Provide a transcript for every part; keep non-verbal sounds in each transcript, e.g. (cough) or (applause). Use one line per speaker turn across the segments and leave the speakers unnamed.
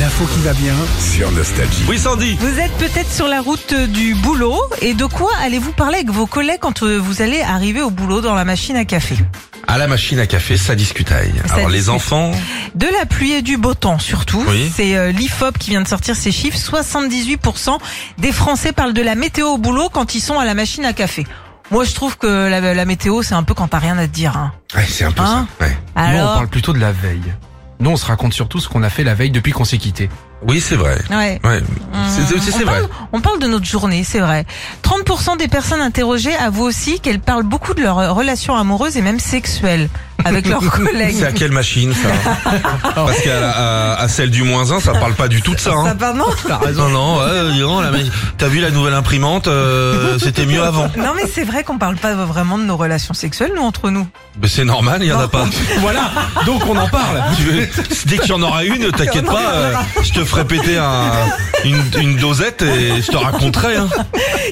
L'info qui va bien.
sur Nostalgie.
Oui, Sandy
Vous êtes peut-être sur la route du boulot et de quoi allez-vous parler avec vos collègues quand euh, vous allez arriver au boulot dans la machine à café
À la machine à café, ça discutaille.
Ça
Alors, les
discute.
enfants,
De la pluie et du beau temps surtout.
Oui.
C'est euh, l'IFOP qui vient de sortir ces chiffres. 78% des Français parlent de la météo au boulot quand ils sont à la machine à café. Moi je trouve que la, la météo c'est un peu quand t'as rien à te dire. hein.
ouais, c'est un peu
Hein
ça. ouais.
Nous, on
Alors,
parle plutôt de la veille. Nous, on se raconte surtout ce qu'on a fait la veille depuis qu'on s'est quitté.
Oui, c'est vrai.
ouais.
Ouais. C'est-
Hum,
C'est
on
c'est vrai.
parle- On parle de notre journée, c'est vrai. 30% des personnes interrogées avouent aussi qu'elles parlent beaucoup de leurs euh, relations amoureuses et même sexuelles avec
(laughs)
leurs
C'est à
collègues.
quelle machine,
(laughs)
ça Parce qu'à la- à, à celle du moins 1, ça parle pas du tout de ça.
Ça
Hein.
va, non
Non, non, ouais, dis donc, la ma- t'as vu la nouvelle imprimante euh, C'était mieux avant.
(laughs) Non mais c'est vrai qu'on parle pas vraiment de nos relations sexuelles nous entre nous.
Mais c'est normal, il y en a
(laughs)
pas.
voilà, donc on en parle.
(laughs) Tu veux- Dès qu'il y en aura une, t'inquiète pas, euh, je te ferai péter un, une, une dosette et je te raconterai. Hein.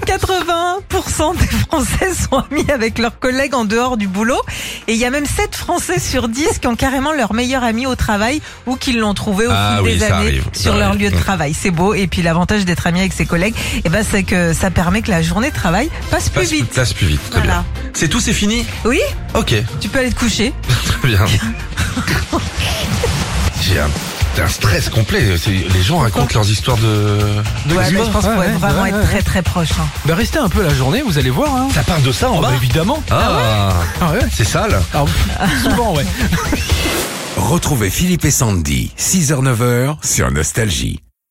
80% des Français sont amis avec leurs collègues en dehors du boulot et il y a même 7 Français sur 10 qui ont carrément leur meilleur ami au travail ou qui l'ont trouvé au
Ah
fil
oui,
des
ça
années
arrive, ça
sur leur
arrive.
lieu de
Mm.
travail. C'est beau et puis l'avantage d'être ami avec ses collègues, eh ben c'est que ça permet que la journée de travail passe plus
Passe-
vite.
Passe plus vite, très
Voilà.
bien. C'est tout, c'est fini
Oui,
Ok, (laughs)
tu peux aller te coucher.
très bien. (laughs) J'ai un, un stress complet. C'est- Les gens racontent leurs histoires de... de
Ouais, mais je pense qu'il faut
ouais,
être vraiment
ouais,
être
ouais.
très très proche. hein.
Bah, restez un peu la journée, vous allez voir. Hein.
Ça parle de ça en bas
Bah, évidemment.
Ah,
Ah ouais.
c'est sale
Ah, (laughs) pff, souvent, ouais.
Retrouvez Philippe et Sandy, 6h-9h sur Nostalgie.